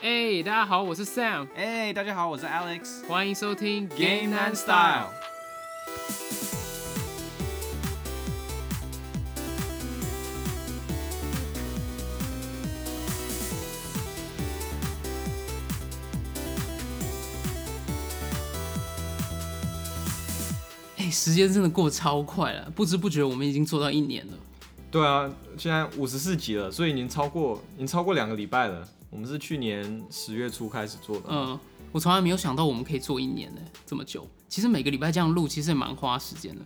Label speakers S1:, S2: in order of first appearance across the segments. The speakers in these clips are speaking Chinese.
S1: 哎、大家好，我是 Sam，
S2: 哎、大家好，我是 Alex。
S1: 欢迎收听
S2: Game
S1: Game and
S2: and
S1: Style
S2: Style。
S1: 哎、时间真的过超快了，不知不觉我们已经做到一年了。
S2: 对啊，现在五十四集了，所以已经超过，已经超过两个礼拜了。我们是去年十月初开始做的，
S1: 嗯，我从来没有想到我们可以做一年呢，这么久。其实每个礼拜这样录，其实也蛮花时间的。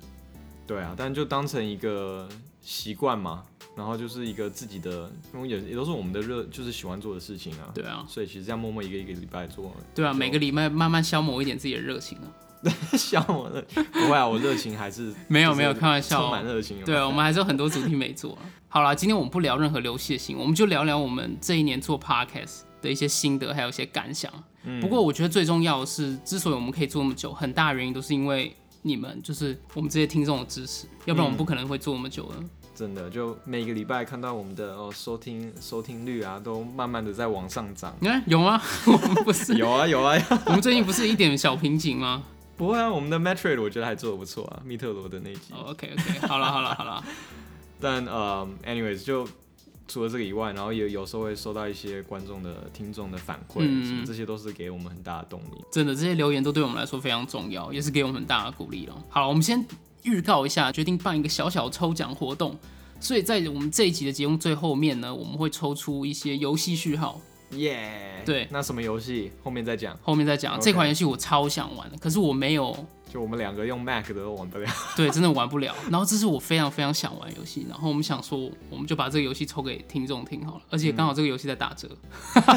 S2: 对啊，但就当成一个习惯嘛，然后就是一个自己的，因为也也都是我们的热，就是喜欢做的事情啊。
S1: 对啊，
S2: 所以其实这样默默一个一个礼拜做，
S1: 对啊，
S2: 就
S1: 每个礼拜慢慢消磨一点自己的热情啊。
S2: 笑我的，不会啊，我热情还是
S1: 没有
S2: 就是
S1: 没有开玩笑
S2: 充满热情。
S1: 对，啊我们还是有很多主题没做啊。好啦，今天我们不聊任何流戏的新闻，我们就聊聊我们这一年做 podcast 的一些心得，还有一些感想。不过我觉得最重要的是，之所以我们可以做那么久，很大原因都是因为你们，就是我们这些听众的支持，要不然我们不可能会做那么久的。。
S2: 真的就每个礼拜看到我们的哦收听收听率啊，都慢慢的在往上涨
S1: 你看哎有吗？我们不是，
S2: 有啊有啊，
S1: 我们最近不是一点小瓶颈吗？
S2: 不会啊，我们的 Metroid 我觉得还做的不错啊，密特罗的那一集。
S1: o OK OK，好了哦好了好了，
S2: 但呃、a n y w a y s 就除了这个以外，然后也有时候会收到一些观众的、听众的反馈，
S1: 嗯
S2: 什么这些都是给我们很大的动力。
S1: 真的这些留言都对我们来说非常重要，也是给我们很大的鼓励了。好了，我们先预告一下，决定办一个小小抽奖活动。所以在我们这一集的节目最后面呢，我们会抽出一些游戏序号，
S2: 耶、
S1: 对
S2: 那什么游戏后面再讲，
S1: 后面再讲。
S2: OK
S1: 这款游戏我超想玩的，可是我没有，
S2: 就我们两个用 Mac 的 都玩不了。
S1: 对，真的玩不了。然后这是我非常非常想玩的游戏，然后我们想说，我们就把这个游戏抽给听众听好了，而且刚好这个游戏在打折。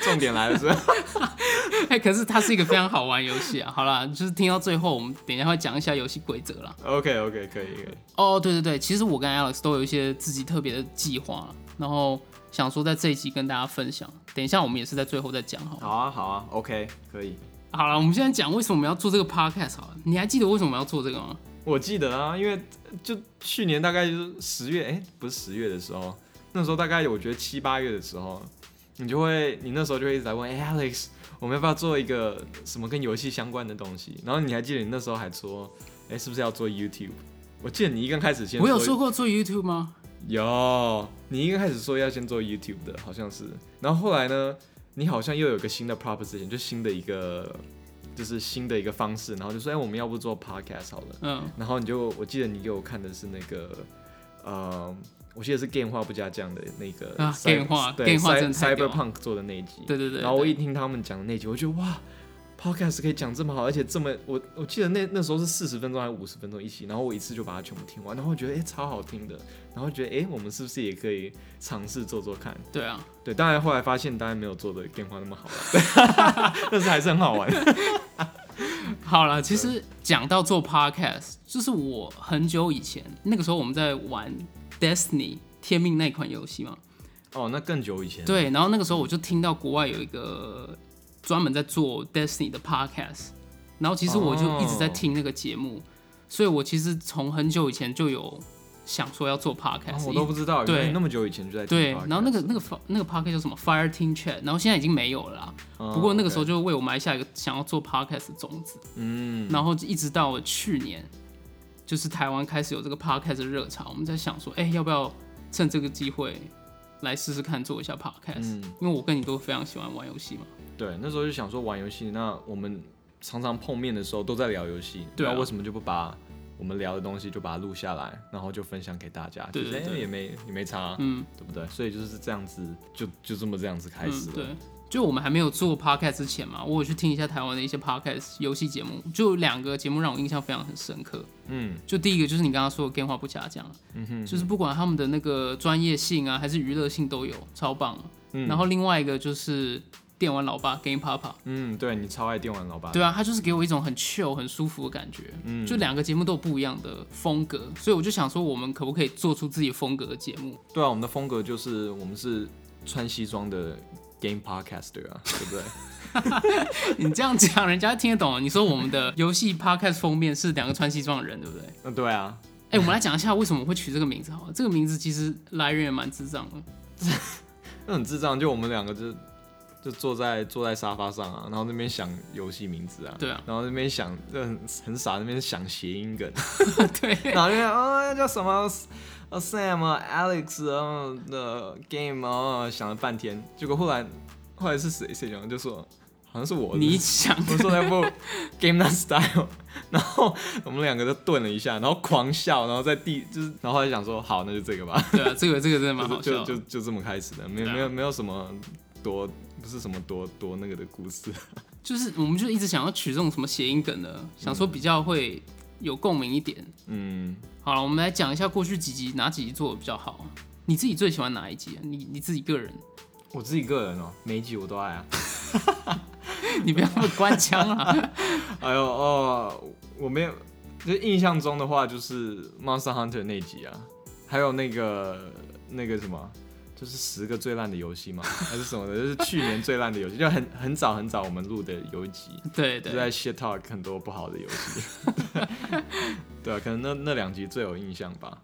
S2: 重点来了是吧？
S1: 哎、可是它是一个非常好玩的游戏啊。好啦，就是听到最后，我们等一下会讲一下游戏规则啦。
S2: OK OK 可以可以，
S1: 哦，对对对，其实我跟 Alex 都有一些自己特别的计划，然后想说在这一集跟大家分享。等一下我们也是在最后再讲好了。
S2: 好啊好啊，OK 可以。
S1: 好了，我们现在讲为什么我们要做这个 podcast 好了。你还记得为什么我们要做这个吗？
S2: 我记得啊，因为就去年大概就是十月，哎、不是十月的时候，那时候大概我觉得七八月的时候，你就会，你那时候就会一直在问，哎、a l e x 我们要不要做一个什么跟游戏相关的东西？然后你还记得你那时候还说，哎、是不是要做 YouTube？我记得你一刚开始先
S1: 我有说过做 YouTube 吗？
S2: 有，你一刚开始说要先做 YouTube 的，好像是，然后后来呢，你好像又有一个新的 proposition，就新的一个，就是新的一个方式，然后就说，哎、我们要不做 podcast 好了。
S1: 嗯，
S2: 然后你就，我记得你给我看的是那个，呃，我记得是 Game 化不加酱的那个
S1: 啊
S2: Cyber-
S1: Game 化
S2: 对
S1: Game 化真的太屌了
S2: Cyberpunk 做的那一集。
S1: 对对对。
S2: 然后我一
S1: 对
S2: 听他们讲的那集，我觉得哇，Podcast 可以讲这么好，而且这么我我记得那那时候是四十分钟还是五十分钟一集，然后我一次就把它全部听完，然后我觉得哎、超好听的，然后觉得哎、我们是不是也可以尝试做做看？
S1: 对啊，
S2: 对，当然后来发现当然没有做的 Game 化那么好玩， 但是还是很好 玩。
S1: 好了，其实讲到做 podcast，就是我很久以前那个时候我们在玩 Destiny 天命那款游戏嘛，
S2: 哦，那更久以前，
S1: 对，然后那个时候我就听到国外有一个专门在做 Destiny 的 podcast，然后其实我就一
S2: 哦
S1: 直在听那个节目，所以我其实从很久以前就有想说要做
S2: 哦
S1: podcast，、
S2: 我都不知道，原来
S1: 对
S2: 那么久以前就在听
S1: 对，
S2: podcast
S1: 然后那个那个 fa- 那个 podcast 叫什么 Fire Team Chat，然后现在已经没有了啦
S2: 哦
S1: 不过那个时候
S2: OK
S1: 就为我埋下一个想要做 podcast 的种子，
S2: 嗯，
S1: 然后一直到我去年，就是台湾开始有这个 podcast 的热潮，我们在想说，哎、要不要趁这个机会来试试看做一下 podcast？、
S2: 嗯
S1: 因为我跟你都非常喜欢玩游戏嘛。
S2: 对，那时候就想说玩游戏，那我们常常碰面的时候都在聊游戏，
S1: 对啊
S2: 那为什么就不把我们聊的东西就把它录下来，然后就分享给大家？
S1: 对
S2: 就是
S1: 对
S2: 哎
S1: 对
S2: 也没也没差啊、
S1: 嗯，
S2: 对不对？所以就是这样子，就就这么这样子开
S1: 嗯，
S2: 始了。
S1: 对，就我们还没有做 podcast 之前嘛，我有去听一下台湾的一些 podcast 游戏节目，就有两个节目让我印象非常很深刻。
S2: 嗯
S1: 就第一个就是你刚刚说的“电话不假讲”，
S2: 嗯哼，
S1: 啊就是不管他们的那个专业性啊，还是娱乐性都有，超棒。
S2: 嗯
S1: 然后另外一个就是电玩老爸 Game Papa，
S2: 嗯，对你超爱电玩老爸，
S1: 对啊，他就是给我一种很 chill、很舒服的感觉。
S2: 嗯
S1: 就两个节目都有不一样的风格，所以我就想说，我们可不可以做出自己风格的节目？
S2: 对啊，我们的风格就是我们是穿西装的 game podcast 对啊，对不对？
S1: 你这样讲，人家听得懂。你说我们的游戏 podcast 封面是两个穿西装的人，对不对？
S2: 嗯，对啊，
S1: 哎、我们来讲一下为什么会取这个名字好了。这个名字其实来源也蛮智障的，
S2: 那很智障，就我们两个就就坐在坐在沙发上啊，然后那边想游戏名字啊，
S1: 对啊，
S2: 然后那边想就很很傻，那边想谐音梗，
S1: 对，
S2: 然后那边啊、哦、叫什么呃 Sam 啊 Alex 啊的 Game 啊，想了半天，结果后来后来是谁谁讲的就说好像是我，
S1: 你想
S2: 我说那部 Game Not Style，然后我们两个就顿了一下，然后狂笑，然后在地就是，然后后来想说好那就这个吧，
S1: 对啊，这个这个真 的蛮
S2: 就
S1: 好
S2: 是就
S1: 笑
S2: 就
S1: 的。
S2: 就这么开始的，
S1: 对
S2: 没有
S1: 啊
S2: 没有没有什么多不是什么多多那个的故事，
S1: 就是我们就一直想要取这种什么谐音梗的，想说比较会有共鸣一点。
S2: 嗯，
S1: 好了，我们来讲一下过去几集哪几集做的比较好。你自己最喜欢哪一集、啊？你你自己个人，
S2: 我自己个人哦、每一集我都爱啊，
S1: 你不要那么官腔啊！
S2: 哎呦哦，我没有，就印象中的话就是 Monster Hunter 那集啊，还有那个那个什么。就是十个最烂的游戏嘛，还是什么的？就是去年最烂的游戏， 就很很早很早我们录的游集，
S1: 对
S2: 就
S1: 对
S2: 在 shit talk 很多不好的游戏。 对啊，可能那那两集最有印象吧。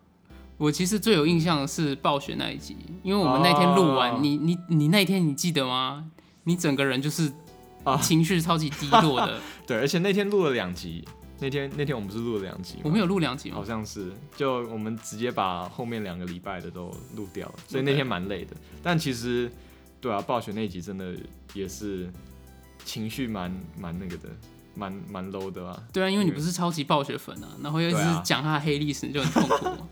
S1: 我其实最有印象的是暴雪那一集，因为我们那天录完，
S2: 哦
S1: 你你你那天你记得吗？你整个人就是
S2: 啊
S1: 情绪超级低落 的。
S2: 对，而且那天录了两集，那天那天我们不是录了两集吗？
S1: 我们有录两集
S2: 好
S1: 吗？
S2: 像是，就我们直接把后面两个礼拜的都录掉了，所以
S1: OK
S2: 那天蛮累的。但其实，对啊，暴雪那集真的也是情绪蛮蛮那个的，蛮蛮 low 的啊。
S1: 对啊，因为你不是超级暴雪粉啊，然后又一直
S2: 对啊
S1: 讲他的黑历史，你就很痛苦 嘛。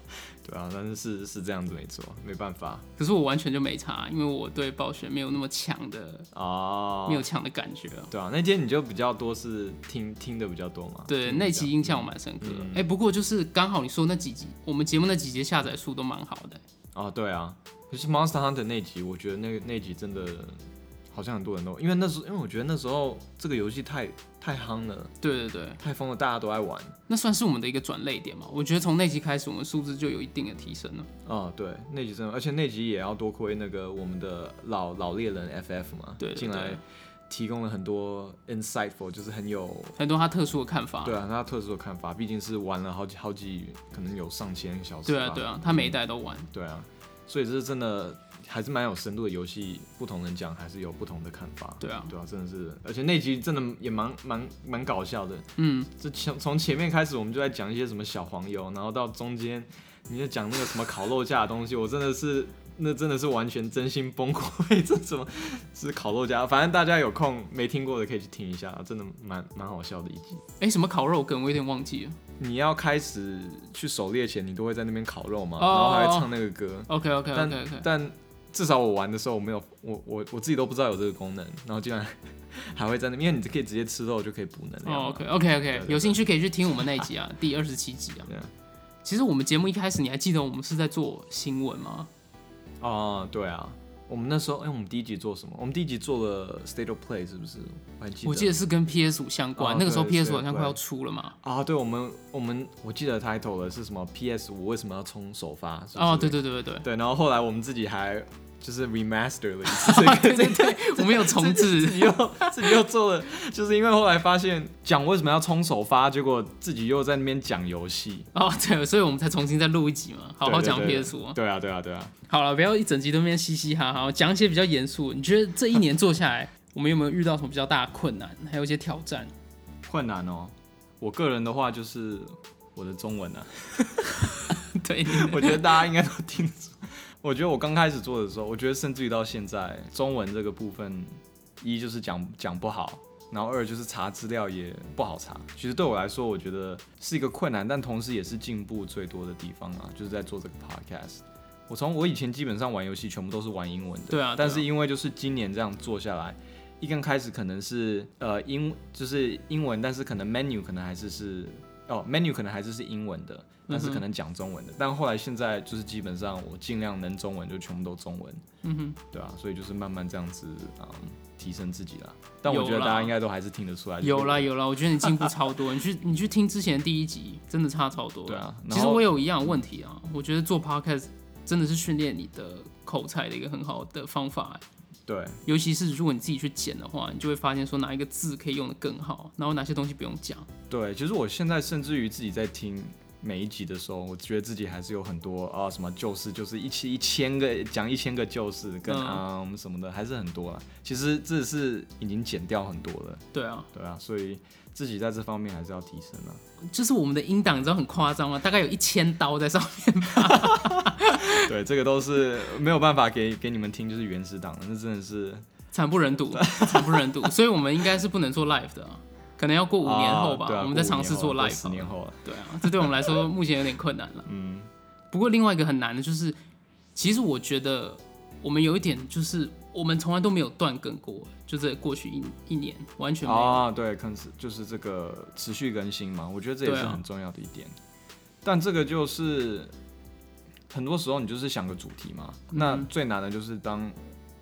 S2: 对啊，但是是是这样子没错，没办法
S1: 可是我完全就没差，因为我对暴雪没有那么强的、
S2: 哦。
S1: 没有强的感觉啊。
S2: 对啊，那天你就比较多是听听的比较多嘛？
S1: 对，
S2: 听得嗯
S1: 那
S2: 比较
S1: 期印象我蛮深刻的。哎、不过就是刚好你说那几集，我们节目那几集下载数都蛮好的、
S2: 哦，对啊，可是 Monster Hunter 那集，我觉得那那集真的好像很多人都，因为那时候，因为我觉得那时候这个游戏太太夯了，
S1: 对对对，
S2: 太疯了，大家都爱玩。
S1: 那算是我们的一个转类点嘛。我觉得从那集开始，我们数字就有一定的提升了。
S2: 哦，对，那集真的，而且那集也要多亏那个我们的老老猎人 FF 嘛，
S1: 对对
S2: 进来
S1: 对
S2: 提供了很多 insightful，就是很有。
S1: 很多他特殊的看法。
S2: 对啊，他特殊的看法，毕竟是玩了好几好几，可能有上千小时
S1: 对
S2: 吧。
S1: 啊对啊，他每一代都玩。
S2: 对啊，所以这是真的还是蛮有深度的游戏，不同人讲还是有不同的看法。
S1: 对啊
S2: 对啊，真的是，而且那集真的也蛮蛮蛮搞笑的。
S1: 嗯，
S2: 这从从前面开始我们就在讲一些什么小黄油，然后到中间你就讲那个什么烤肉架的东西，我真的是。那真的是完全真心崩溃， 这怎么是烤肉架？反正大家有空没听过的可以去听一下，真的蛮蛮好笑的一集。
S1: 哎、什么烤肉梗我有点忘记了。
S2: 你要开始去狩猎前，你都会在那边烤肉嘛，
S1: 哦
S2: 然后还
S1: 哦
S2: 会
S1: 哦
S2: 唱那个歌。
S1: OK OK
S2: 但
S1: OK OK，
S2: 但至少我玩的时候，我没有，我我我自己都不知道有这个功能，然后竟然还会在那，因为你可以直接吃肉就可以补能量嘛。
S1: 哦 OK OK
S2: 对
S1: OK，
S2: 对
S1: 有兴趣可以去听我们那一集啊，第二十七集啊。
S2: 对啊
S1: 其实我们节目一开始，你还记得我们是在做新闻吗？
S2: 哦，对啊，我们那时候，哎、我们第一集做什么？我们第一集做了 State of Play，是不是？我还记得。
S1: 我记得是跟 PS 五相关，
S2: 哦
S1: 那个时候
S2: 对
S1: PS 五好像
S2: 对
S1: 快要出了嘛。
S2: 啊，对，我们我们我记得 title 了是什么？PS 五为什么要冲首发？是不是
S1: 哦，对对对对对，
S2: 对，然后后来我们自己还就是 remaster 了一次这个
S1: 对对对，我们有重置
S2: 自。己又自己又做了，就是因为后来发现讲为什么要冲首发，结果自己又在那边讲游戏，
S1: 哦，对，所以我们才重新再录一集嘛，好好讲
S2: 对对对
S1: PS 五。
S2: 对啊，对啊，对啊。
S1: 好了，不要一整集都在那边嘻嘻哈哈，讲一些比较严肃。你觉得这一年做下来，我们有没有遇到什么比较大的困难，还有一些挑战？
S2: 困难哦，我个人的话就是我的中文啊，
S1: 对，
S2: 我觉得大家应该都听出。我觉得我刚开始做的时候，我觉得甚至于到现在，中文这个部分，一就是讲讲不好，然后二就是查资料也不好查。其实对我来说，我觉得是一个困难，但同时也是进步最多的地方啊，就是在做这个 podcast。我从我以前基本上玩游戏全部都是玩英文的，
S1: 对啊对啊
S2: 但是因为就是今年这样做下来，一刚开始可能是呃英就是英文，但是可能 menu 可能还是是哦 menu 可能还是是英文的，但
S1: 嗯
S2: 是可能讲中文的。但后来现在就是基本上我尽量能中文就全部都中文，
S1: 嗯
S2: 对啊，所以就是慢慢这样子嗯提升自己啦。但我
S1: 有
S2: 觉得
S1: 啦
S2: 大家应该都还是听得出来，
S1: 哼， 有啦
S2: 了，
S1: 有啦，我觉得你进步超多。你去你去听之前第一集，真的差超多。
S2: 对啊然后
S1: 其实我有一样的问题啊，我觉得做 podcast 真的是训练你的口才的一个很好的方法、欸
S2: 对
S1: 尤其是如果你自己去剪的话，你就会发现说哪一个字可以用的更好，然后哪些东西不用讲。
S2: 对。其实我现在甚至于自己在听每一集的时候，我觉得自己还是有很多啊什么旧事，就是一期一千个讲一千个旧事跟
S1: 嗯
S2: 啊、嗯、什么的，还是很多啊。其实这是已经减掉很多了，
S1: 对啊，
S2: 对啊，所以自己在这方面还是要提升啊。
S1: 就是我们的音档，你知道很夸张吗？大概有一千刀在上面。
S2: 对，这个都是没有办法给给你们听，就是原始档的，那真的是
S1: 惨不忍睹，惨不忍睹。所以我们应该是不能做 live 的啊，可能要过五年后吧，
S2: 啊对啊、
S1: 我们再尝试做
S2: 十
S1: live
S2: 年
S1: 好了。
S2: 后了，
S1: 对啊，这对我们来说目前有点困难了。
S2: 嗯，
S1: 不过另外一个很难的就是，其实我觉得我们有一点就是，我们从来都没有断更过，就这过去一一年完全没有。
S2: 啊，对，可能是就是这个持续更新嘛，我觉得这也
S1: 对
S2: 是
S1: 啊
S2: 很重要的一点。但这个就是很多时候你就是想个主题嘛，
S1: 嗯
S2: 那最难的就是当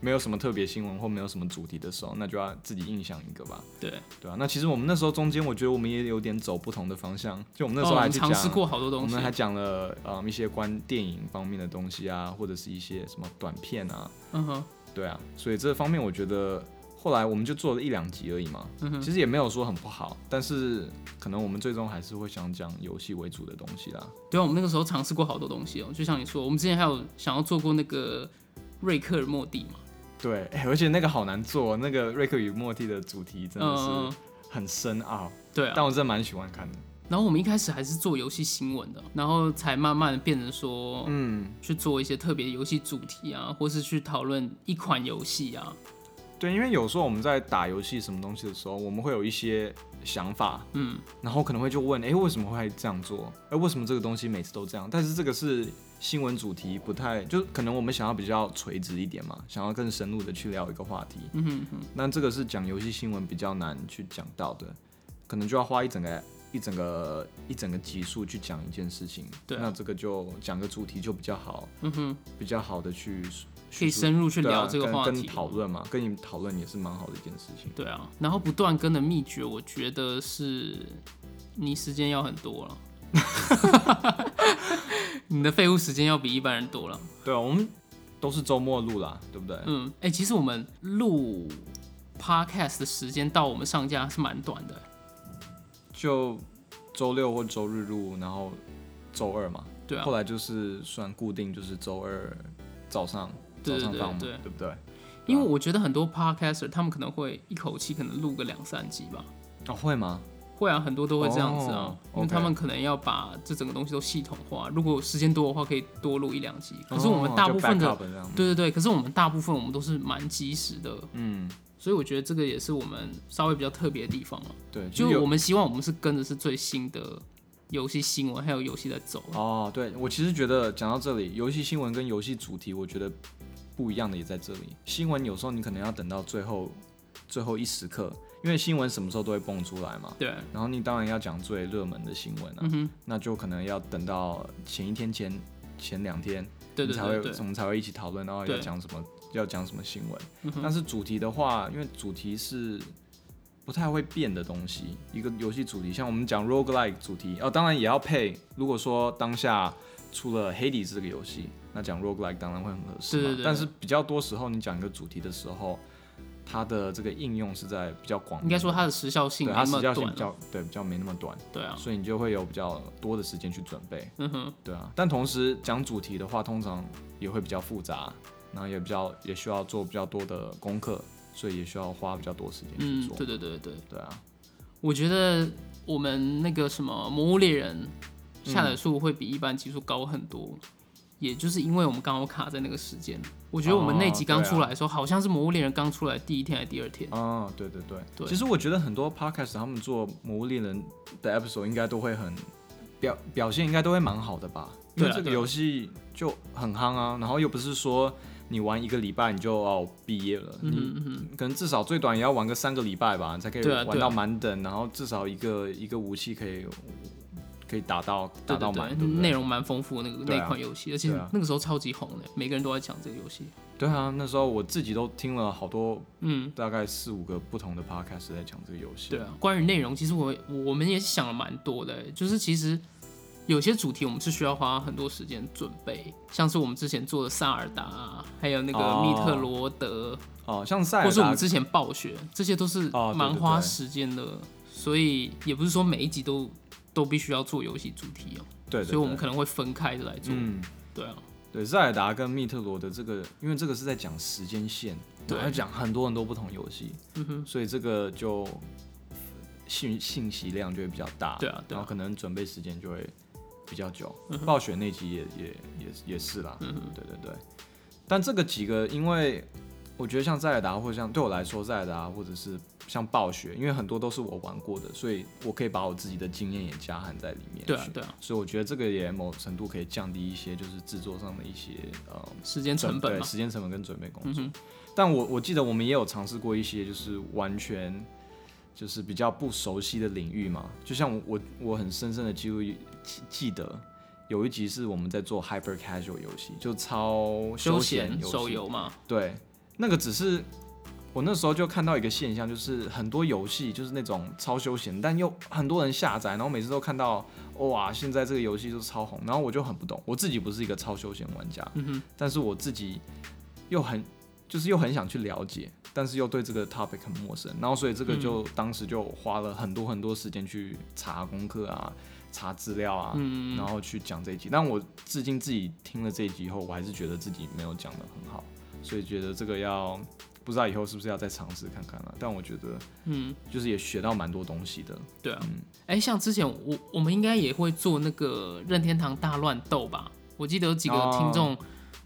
S2: 没有什么特别新闻或没有什么主题的时候，那就要自己硬想一个吧，
S1: 对，
S2: 对啊，那其实我们那时候中间，我觉得我们也有点走不同的方向，就我们那时
S1: 哦
S2: 候
S1: 我
S2: 还
S1: 们
S2: 去讲。
S1: 尝试过好多
S2: 我
S1: 东西
S2: 们，还讲了嗯一些关电影方面的东西啊，或者是一些什么短片啊，
S1: 嗯哼，
S2: 对啊，所以这方面我觉得后来我们就做了一两集而已嘛，
S1: 嗯哼，
S2: 其实也没有说很不好，但是可能我们最终还是会想讲游戏为主的东西啦。
S1: 对啊，我们那个时候尝试过好多东西哦，就像你说，我们之前还有想要做过那个瑞克尔莫蒂嘛，
S2: 对， 哎而且那个好难做，那个《瑞克与莫蒂》的主题真的
S1: 嗯，
S2: 是很深奥，
S1: 对啊，
S2: 但我真的蛮喜欢看的。
S1: 然后我们一开始还是做游戏新闻的，然后才慢慢地变成说，
S2: 嗯，
S1: 去做一些特别的游戏主题啊，或是去讨论一款游戏啊，
S2: 对，因为有时候我们在打游戏什么东西的时候，我们会有一些想法，
S1: 嗯，
S2: 然后可能会就问，哎、为什么会这样做？哎、为什么这个东西每次都这样？但是这个是新闻主题，不太就是可能我们想要比较垂直一点嘛，想要更深入的去聊一个话题。
S1: 嗯哼哼，
S2: 那这个是讲游戏新闻比较难去讲到的，可能就要花一整个一整个一整个集数去讲一件事情。
S1: 对啊
S2: 那这个就讲个主题就比较好，
S1: 嗯哼，
S2: 比较好的去
S1: 可以深入去聊这个话
S2: 对啊跟
S1: 题
S2: 跟。讨论嘛，跟你讨论也是蛮好的一件事情。
S1: 对啊，然后不断更的秘诀，我觉得是你时间要很多了，你的废物时间要比一般人多了。
S2: 对啊，我们都是周末录啦，对不对？
S1: 嗯，哎、其实我们录 podcast 的时间到我们上架是蛮短的，
S2: 就周六或周日录，然后周二嘛。
S1: 对啊
S2: 后，来就是算固定，就是周二早上
S1: 对
S2: 早
S1: 对
S2: 上
S1: 对
S2: 放嘛，
S1: 对
S2: 不对？啊
S1: 因为我觉得很多 podcaster 他们可能会一口气可能录个两三集吧，
S2: 哦，会吗？
S1: 会啊，很多都会这样子啊
S2: 哦
S1: 因为
S2: OK
S1: 他们可能要把这整个东西都系统化。如果时间多的话，可以多录一两集。可是我们
S2: 哦
S1: 大部分的，
S2: 就 backup 这样
S1: 对对对，可是我们大部分我们都是蛮及时的，
S2: 嗯，
S1: 所以我觉得这个也是我们稍微比较特别的地方了。
S2: 对，
S1: 就
S2: 其实
S1: 是
S2: 有
S1: 我们希望我们是跟着是最新的游戏新闻还有游戏在走。啊
S2: 哦，对我其实觉得讲到这里，游戏新闻跟游戏主题，我觉得不一样的也在这里。新闻有时候你可能要等到最后最后一时刻，因为新闻什么时候都会蹦出来嘛。
S1: 对，
S2: 然后你当然要讲最热门的新闻啊，
S1: 嗯哼，
S2: 那就可能要等到前一天前前两天，
S1: 对对对
S2: 我们才会
S1: 对
S2: 我，们才会一起讨论，然后
S1: 对
S2: 要讲什么要讲什么新闻。
S1: 嗯哼
S2: 但是主题的话，因为主题是不太会变的东西，一个游戏主题，像我们讲 roguelike 主题，哦，当然也要配。如果说当下出了 Hades 这个游戏，那讲 roguelike 当然会很合适嘛。
S1: 对对对
S2: 但是比较多时候，你讲一个主题的时候，它的这个应用是在比较广，
S1: 应该说它的时效性
S2: 对
S1: 没
S2: 它
S1: 那
S2: 时
S1: 么短
S2: 效性比
S1: 了。
S2: 较对比较没那么短，
S1: 对啊，
S2: 所以你就会有比较多的时间去准备。
S1: 嗯哼，
S2: 对啊，但同时讲主题的话，通常也会比较复杂，然后也比较也需要做比较多的功课，所以也需要花比较多时间去
S1: 嗯，
S2: 做。
S1: 对对对对对。
S2: 对啊，
S1: 我觉得我们那个什么《魔物猎人》下
S2: 嗯
S1: 载数会比一般集数高很多，也就是因为我们刚好卡在那个时间。我觉得我们那集刚出来的时候，好像是《魔物猎人》刚出来第一天还是第二天。
S2: 啊哦，对对对，
S1: 对
S2: 其实我觉得很多 podcast 他们做《魔物猎人》的 episode 应该都会很表表现应该都会蛮好的吧，
S1: 对
S2: 因为
S1: 啊
S2: 这个
S1: 对啊
S2: 游戏就很夯啊，然后又不是说你玩一个礼拜你就哦毕业了，
S1: 嗯
S2: 你
S1: 哼嗯哼，
S2: 可能至少最短也要玩个三个礼拜吧，才可以
S1: 对啊
S2: 玩
S1: 对啊
S2: 到满等，然后至少一个一个武器可以可以打到
S1: 对
S2: 打到满，
S1: 对
S2: 对
S1: 对，
S2: 不
S1: 内
S2: 对？
S1: 容蛮丰富的那个
S2: 对啊
S1: 那款游戏，而且
S2: 对啊
S1: 那个时候超级红的，每个人都在讲这个游戏。
S2: 对啊，那时候我自己都听了好多，
S1: 嗯，
S2: 大概四五个不同的 podcast 在讲这个游戏。
S1: 对，啊。关于内容，其实我我们也想了蛮多的，欸就是其实。有些主题我们是需要花很多时间准备，像是我们之前做的萨尔达啊，还有那个
S2: 哦
S1: 密特罗德，
S2: 哦，像塞
S1: 或
S2: 尔
S1: 是我
S2: 达
S1: 们之前暴雪，这些都是
S2: 哦对
S1: 蛮
S2: 对
S1: 花
S2: 对
S1: 时间的，所以也不是说每一集都都必须要做游戏主题哦、
S2: 对对
S1: 所以我们
S2: 对
S1: 可能会分开着来做。
S2: 嗯，
S1: 对啊，
S2: 对，塞尔达跟密特罗的这个，因为这个是在讲时间线，
S1: 对
S2: 对，要讲很多很多不同游戏，
S1: 嗯哼，
S2: 所以这个就信信息量就会比较大，
S1: 对啊对啊
S2: 然后可能准备时间就会比较久。暴雪那集也也也也是啦，
S1: 嗯
S2: 对对对。但这个几个，因为我觉得像塞尔达，或者像对我来说塞尔达，或者是像暴雪，因为很多都是我玩过的，所以我可以把我自己的经验也加含在里面。
S1: 对啊，对啊，
S2: 所以我觉得这个也某程度可以降低一些，就是制作上的一些呃
S1: 时间成本
S2: 对
S1: 嘛，
S2: 时间成本跟准备工作。
S1: 嗯哼，
S2: 但我我记得我们也有尝试过一些就是完全就是比较不熟悉的领域嘛，就像我我我很深深的记录记记得有一集是我们在做 hyper casual 游戏，就超
S1: 休
S2: 闲
S1: 闲
S2: 戏
S1: 手游嘛，
S2: 对，那个只是我那时候就看到一个现象，就是很多游戏就是那种超休闲，但又很多人下载，然后每次都看到哇，现在这个游戏就是超红，然后我就很不懂，我自己不是一个超休闲玩家，
S1: 嗯哼，
S2: 但是我自己又很就是又很想去了解，但是又对这个 topic 很陌生，然后所以这个就、
S1: 嗯
S2: 当时就花了很多很多时间去查功课啊，查资料啊，
S1: 嗯
S2: 然后去讲这一集。但我至今自己听了这一集以后，我还是觉得自己没有讲的很好，所以觉得这个要不知道以后是不是要再尝试看看了、但我觉得
S1: 嗯，
S2: 就是也学到蛮多东西的，
S1: 对啊
S2: 嗯，
S1: 哎、像之前我我们应该也会做那个任天堂大乱斗吧？我记得有几个
S2: 哦
S1: 听众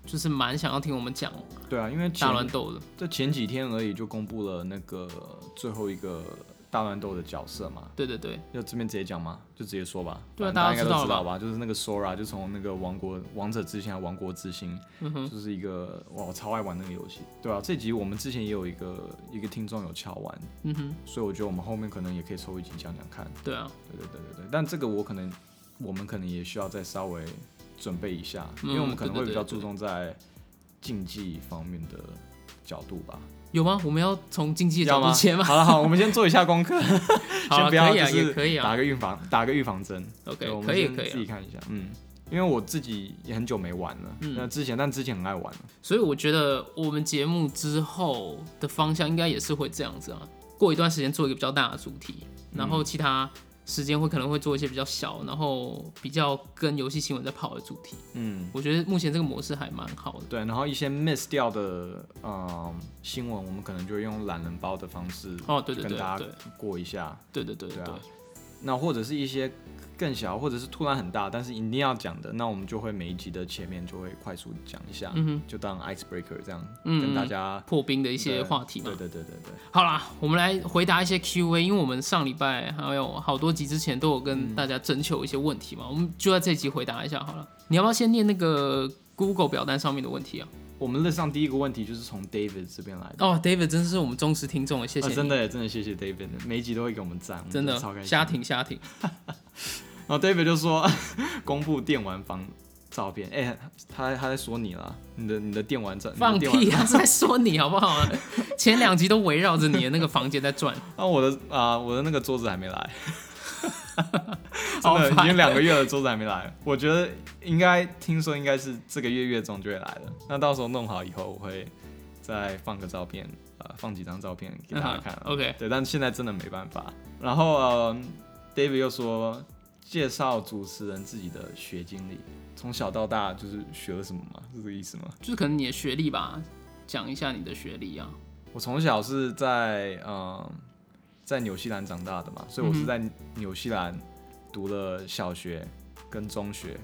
S1: 就是蛮想要听我们讲
S2: 对啊，因为
S1: 大乱
S2: 前
S1: 斗的，
S2: 这前几天而已就公布了那个最后一个大乱斗的角色嘛，
S1: 对对对，
S2: 要这边直接讲吗？就直接说吧。
S1: 对啊
S2: 反正大
S1: 大家
S2: 应该
S1: 知道
S2: 都知
S1: 了吧
S2: 道吧？就是那个 Sora，就从那个王国王者之心还是王国之心，
S1: 嗯
S2: 就是一个哇，我超爱玩那个游戏。对啊，这集我们之前也有一个一个听众有敲完，
S1: 嗯哼，
S2: 所以我觉得我们后面可能也可以抽一集讲讲看。
S1: 对啊，
S2: 对对对对对，但这个我可能我们可能也需要再稍微准备一下，
S1: 嗯
S2: 因为我们可能
S1: 对
S2: 会
S1: 对
S2: 比较
S1: 对对
S2: 注重在竞技方面的角度吧。
S1: 有吗？我们要从经济的
S2: 要
S1: 角
S2: 吗
S1: 度切？吗？
S2: 好了好，我们先做一下功课，
S1: 好啊，
S2: 先不要
S1: 可以啊，
S2: 就是
S1: 也可以
S2: 打
S1: 啊
S2: 个预防打个预防针。对我
S1: ，OK，
S2: 们
S1: 可以
S2: 先
S1: 可以、
S2: 自
S1: 啊
S2: 己。看一下，嗯，因为我自己也很久没玩了，
S1: 嗯
S2: 那之前但之前很爱玩，
S1: 所以我觉得我们节目之后的方向应该也是会这样子啊，过一段时间做一个比较大的主题，
S2: 嗯
S1: 然后其他时间会可能会做一些比较小，然后比较跟游戏新闻在跑的主题。
S2: 嗯，
S1: 我觉得目前这个模式还蛮好的。
S2: 对，然后一些 miss 掉的呃新闻，我们可能就用懒人包的方式
S1: 哦，对对
S2: 跟
S1: 对
S2: 大家
S1: 对
S2: 过一下，
S1: 对对对
S2: 对
S1: 对
S2: 啊，那或者是一些更小，或者是突然很大，但是一定要讲的，那我们就会每一集的前面就会快速讲一下，
S1: 嗯哼，
S2: 就当 icebreaker 这样
S1: 嗯
S2: 跟大家
S1: 破冰的一
S2: 一
S1: 些话题嘛
S2: 对。对对对对，
S1: 好啦，我们来回答一些 Q&A，因为我们上礼拜还有好多集之前都有
S2: 嗯
S1: 跟大家征求一些问题嘛，我们就在这集回答一下好了。你要不要先念那个 Google 表单上面的问题啊？
S2: 我们列上第一个问题就是从 David 这边来的。
S1: 哦，David 真是我们忠实听众，谢谢、
S2: 啊、真，的耶真的谢谢 David，每一集都会给我们赞，我们
S1: 哦真
S2: 超开
S1: 的，
S2: 心。
S1: 瞎挺瞎挺，
S2: 然后 David 就说公布电玩房照片，哎、他他在说你啦，你的你的电玩照，
S1: 放
S2: 你的电
S1: 屁
S2: 玩
S1: 啊！ 是在说你好不好 啊？前两集都围绕着你的那个房间在转，
S2: 啊，我的啊、我的那个桌子还没 来，真
S1: 好
S2: 的已
S1: 烦
S2: 经两个月了，桌子还没来，我觉得应该听说应该是这个月月中就会来了，那到时候弄好以后我会再放个照片，啊，放几张照片给大家看啊、
S1: 嗯 OK
S2: 对，但现在真的没办法。然后呃，David 又说介绍主持人自己的学经历，从小到大就是学了什么吗？是这个意思吗？
S1: 就是可能你的学历吧，讲一下你的学历啊。
S2: 我从小是在嗯、呃在纽西兰长大的嘛，所以我
S1: 嗯
S2: 是
S1: 哼
S2: 在纽西兰读了小学跟中学，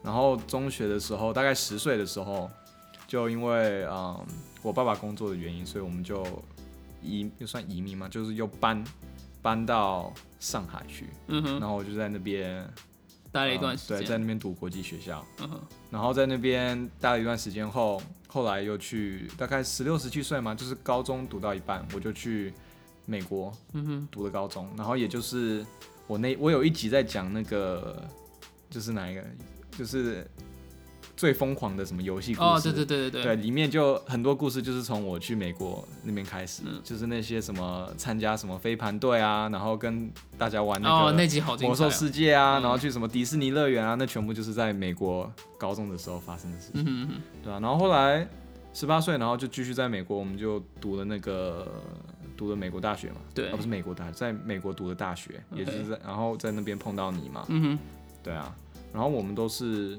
S2: 然后中学的时候大概十岁的时候，就因为嗯、呃我爸爸工作的原因，所以我们就移又算移民嘛，就是又搬搬到上海去，
S1: 嗯哼，
S2: 然后我就在那边
S1: 待了一段
S2: 嗯
S1: 时
S2: 对，在
S1: 间，
S2: 那边读国际学校，
S1: 嗯哼，
S2: 然后在那边待了一段时间后，后来又去大概十六十七岁嘛，就是高中读到一半，我就去美国
S1: 嗯哼，
S2: 读了高中，然后也就是我那我有一集在讲那个就是哪一个就是最疯狂的什么游戏故事，
S1: 哦，对对对对
S2: 对，里面就很多故事就是从我去美国那边开始，
S1: 嗯
S2: 就是那些什么参加什么飞盘队啊，然后跟大家玩那个、
S1: 哦，那集好精
S2: 魔
S1: 彩、
S2: 兽
S1: 啊，
S2: 世界啊，
S1: 嗯
S2: 然后去什么迪士尼乐园啊，那全部就是在美国高中的时候发生的事
S1: 嗯
S2: 情，
S1: 哼嗯哼，
S2: 对啊，然后后来十八岁，然后就继续在美国，我们就读了那个读的美国大学嘛，
S1: 对
S2: 啊、不是美国大学，在美国读的大学，也就是在然后在那边碰到你嘛，
S1: 嗯哼，
S2: 对啊，然后我们都是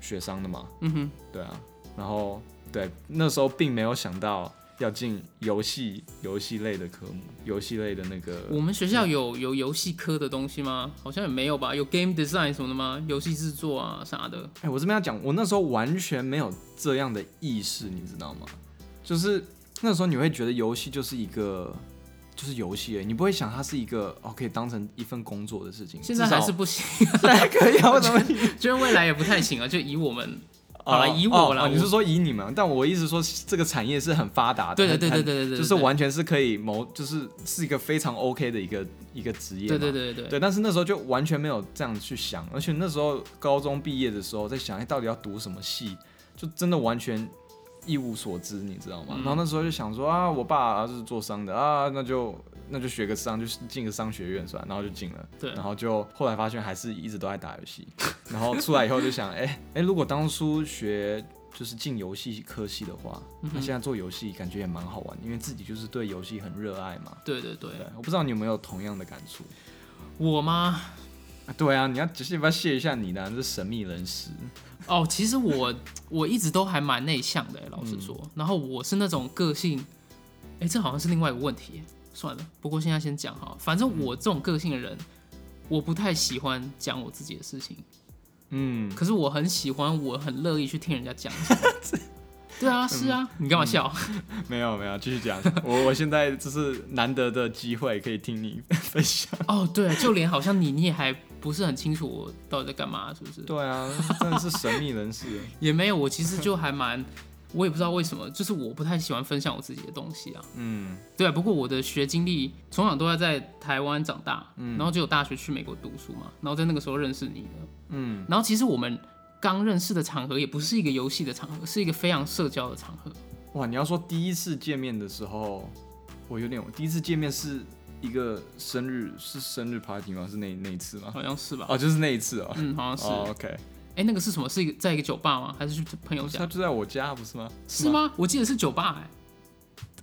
S2: 学商的嘛，
S1: 嗯哼，
S2: 对啊，然后对那时候并没有想到要进游戏游戏类的科目，游戏类的那个
S1: 我们学校有有游戏科的东西吗？好像也没有吧。有 game design 什么的吗？游戏制作啊啥的。
S2: 哎、我这边要讲，我那时候完全没有这样的意识，你知道吗？就是那时候你会觉得游戏就是一个，就是游戏而已，你不会想它是一个哦可以当成一份工作的事情。
S1: 现在还是
S2: 至
S1: 不行，
S2: 少现在还可以啊？为什么？
S1: 就是未来也不太行啊。就以我 们 好啦
S2: 哦
S1: 以我啦
S2: 哦
S1: 我
S2: 哦你是说以你们？但我意思说这个产业是很发达的，
S1: 对对对
S2: 很
S1: 对对对对对
S2: 就是完全是可以谋，就是是一个非常 OK 的一个一个职业嘛。
S1: 对对对对对，
S2: 对，但是那时候就完全没有这样去想，而且那时候高中毕业的时候在想，哎、到底要读什么系，就真的完全一无所知，你知道吗？然后那时候就想说啊，我爸是做商的啊，那就那就学个商，就进个商学院算了，然后就进了，
S1: 对
S2: 然后就后来发现还是一直都在打游戏，然后出来以后就想，哎、哎、如果当初学。就是进游戏科系的话，
S1: 嗯
S2: 那现在做游戏感觉也蛮好玩，因为自己就是对游戏很热爱嘛。
S1: 对对对
S2: 对，，我不知道你有没有同样的感触。
S1: 我吗？
S2: 啊 对啊，你要仔细要谢一下你的、啊、这神秘人士。
S1: 哦，其实我我一直都还蛮内向的，欸老实说。然后我是那种个性，哎、这好像是另外一个问题耶。算了，不过现在先讲哈，反正我这种个性的人，我不太喜欢讲我自己的事情，
S2: 嗯，
S1: 可是我很喜欢，我很乐意去听人家讲什么。对啊，是啊，你干嘛笑？
S2: 没有没有，继续讲。 我我现在就是难得的机会可以听你分享。
S1: 哦，对、啊，就连好像你，你也还不是很清楚我到底在干嘛，是不是？
S2: 对啊，真的是神秘人士。
S1: 也没有，我其实就还蛮，我也不知道为什么，就是我不太喜欢分享我自己的东西啊。
S2: 嗯
S1: 对，不过我的学经历从小都要在台湾长大，
S2: 嗯
S1: 然后只有大学去美国读书嘛，然后在那个时候认识你的。
S2: 嗯，
S1: 然后其实我们刚认识的场合也不是一个游戏的场合，是一个非常社交的场合。
S2: 哇，你要说第一次见面的时候，我有点，我第一次见面是一个生日，是生日 party 吗？是那那一次吗？
S1: 好像是吧？
S2: 哦，就是那一次哦。
S1: 嗯，好像是。
S2: 哦，OK，
S1: 哎、那个是什么？是一个在一个酒吧吗？还是去朋友
S2: 哦他
S1: 家？
S2: 就在我家，不是吗？
S1: 是？吗？我记得是酒吧、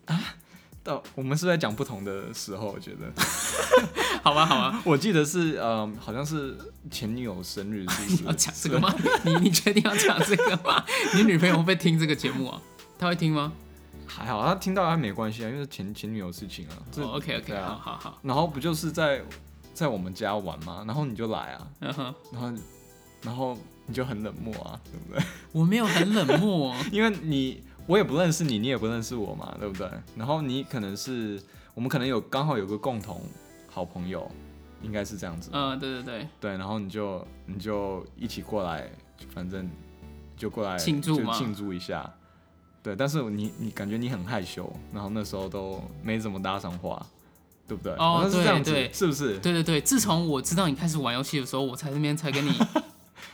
S1: 哎。
S2: 到我们是不是在讲不同的时候，我觉 得。
S1: 好吧，好 吧，
S2: 我记得是，嗯，好像是前女友生日，是不 是？
S1: 要讲这个吗？你你确定要讲这个吗？ 你女朋友会不会听这个节目啊？她会听吗？
S2: 还好，他听到他没关系啊，因为是前前女友的事情啊。这、
S1: 哦，OK OK，、
S2: 对
S1: 好
S2: 啊。
S1: 好好，
S2: 然后不就是在在我们家玩吗？然后你就来啊，
S1: 嗯哼，
S2: 然后然后你就很冷漠啊，对不对？
S1: 我没有很冷漠、
S2: 因为你我也不认识你，你也不认识我嘛，对不对？然后你可能是我们可能有刚好有个共同好朋友，应该是这样子。
S1: 嗯、对对对，
S2: 对，然后你就你就一起过来，反正就过来
S1: 庆祝
S2: 就
S1: 嘛
S2: 庆祝一下。对，但是你你感觉你很害羞，然后那时候都没怎么搭上话，对不对？
S1: 哦
S2: 好像是这样子
S1: 对，对
S2: 是不是？
S1: 对对对，自从我知道你开始玩游戏的时候，我才那边才跟 你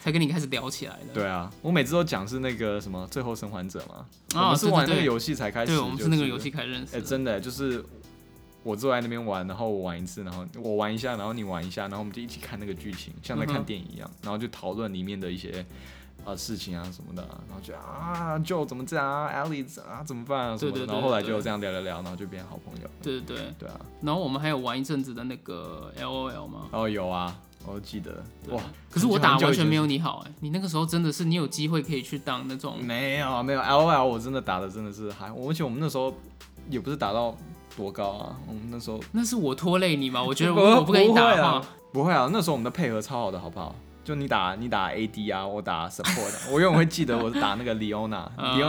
S1: 才跟你开始聊起来的。
S2: 对啊，我每次都讲是那个什么《最后生还者》嘛，
S1: 哦
S2: 我们是
S1: 对对
S2: 玩那个
S1: 对
S2: 游戏才开
S1: 对，
S2: 始、
S1: 我们是那个游戏。开始认识
S2: 哎、
S1: 的。
S2: 真的、就是我坐在那边玩，然后我玩一次，然后我玩一下，然后你玩一下，然后我们就一起看那个剧情，像在
S1: 嗯
S2: 看
S1: 哼
S2: 电影一样，然后就讨论里面的一些呃事情啊什么的啊，然后就啊就怎么这样啊，Alex 啊怎么办啊什么
S1: 对对
S2: 的，然后
S1: 对
S2: 后来
S1: 对
S2: 就这样聊聊聊，然后就变好朋友。
S1: 对对对，
S2: 对啊，
S1: 然后我们还有玩一阵子的那个 L O L 嘛。
S2: 哦有啊，我都记得哇，
S1: 可是我打
S2: 很久
S1: 完
S2: 以前
S1: 全没有你好哎、你那个时候真的是你有机会可以去当那种，
S2: 没有没有 L O L 我真的打的真的是还，而且我们那时候也不是打到多高啊，我们那时候
S1: 那是我拖累你嘛？我 觉得
S2: 不
S1: 我不跟你
S2: 不会
S1: 打
S2: 啊
S1: 的话，
S2: 不会啊，那时候我们的配合超好的，好不好？就你打你打 AD 啊，我打 support，啊我永远会记得我是打那个 Leona，Leona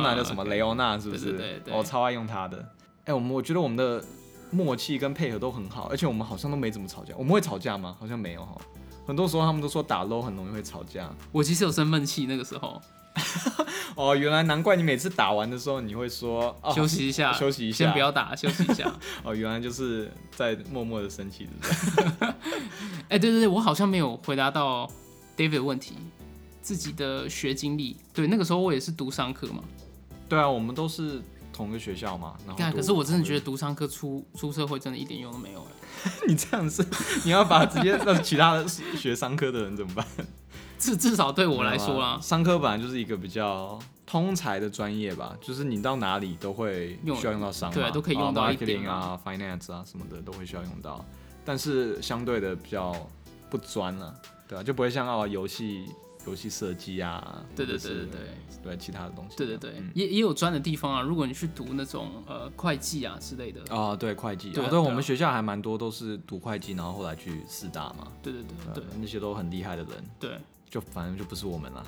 S1: 啊
S2: 叫什么
S1: OK
S2: 雷欧娜是不是？
S1: 对对对对
S2: 我超爱用她的。哎、我们我觉得我们的默契跟配合都很好，而且我们好像都没怎么吵架。我们会吵架吗？好像没有哈。很多时候他们都说打 low 很容易会吵架。
S1: 我其实有生闷气那个时候，
S2: 哦，原来难怪你每次打完的时候你会说哦
S1: 休息一下，
S2: 休息一下
S1: 先不要打，休息一下。
S2: 哦，原来就是在默默的生气，对不对？
S1: 哎、对对对，我好像没有回答到 David 的问题，自己的学经历。对，那个时候我也是读商科嘛，
S2: 对啊，我们都是同个学校嘛。然
S1: 但
S2: 后
S1: 可是我真的
S2: 觉得。
S1: 觉得读商科出出社会真的一点用都没有哎、
S2: 你这样是，你要把直接让其他的学商科的人怎么办？
S1: 至至少 对我来
S2: 没
S1: 说啊
S2: 有啊
S1: 啦，
S2: 商科本来就是一个比较通才的专业吧，就是你到哪里都会
S1: 用
S2: 需要用到商嘛，
S1: 对啊都可以用到
S2: 啊
S1: 一点
S2: marketing 啊、finance 啊什么的都会需要用到，但是相对的比较不专了、对啊，就不会像啊游戏游戏设计啊，
S1: 对对
S2: 或者是
S1: 对对
S2: 对其他的东西，
S1: 对对对，
S2: 嗯
S1: 也也有专的地方啊。如果你去读那种呃会计啊之类的，
S2: 啊、对会计，
S1: 对啊
S2: 哦
S1: 对啊
S2: 对我们学校还蛮多都是读会计，然后后来去四大嘛，
S1: 对对对对
S2: 啊那些都很厉害的人，
S1: 对
S2: 就反正就不是我们啦。